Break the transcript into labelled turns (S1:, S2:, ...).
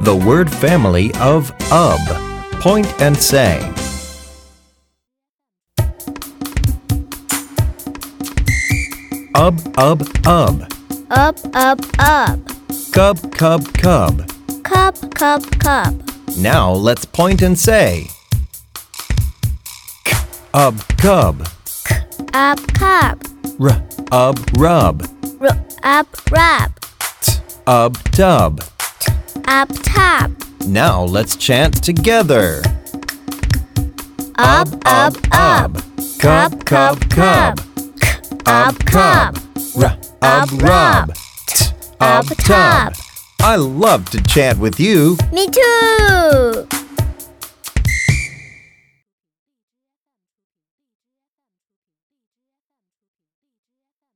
S1: the word family of ub. Point and say. Ub, ub, ub.
S2: Up, up, up.
S1: Cub, cub, cub.
S2: Cup, cup, cup.
S1: Now let's point and say. K, ub, cub.
S2: Up, cup.
S1: R, ub, rub.
S2: R- up, rub.
S1: T, ub, tub.
S2: Up, top.
S1: Now let's chant together.
S2: Up, up, up.
S1: Cub, cub, cub.
S2: Up, cup.
S1: R,
S2: Up,
S1: ub, rub.
S2: rub.
S1: T,
S2: Up,
S1: ub, tub.
S2: tub.
S1: I love to chant with you.
S2: Me too.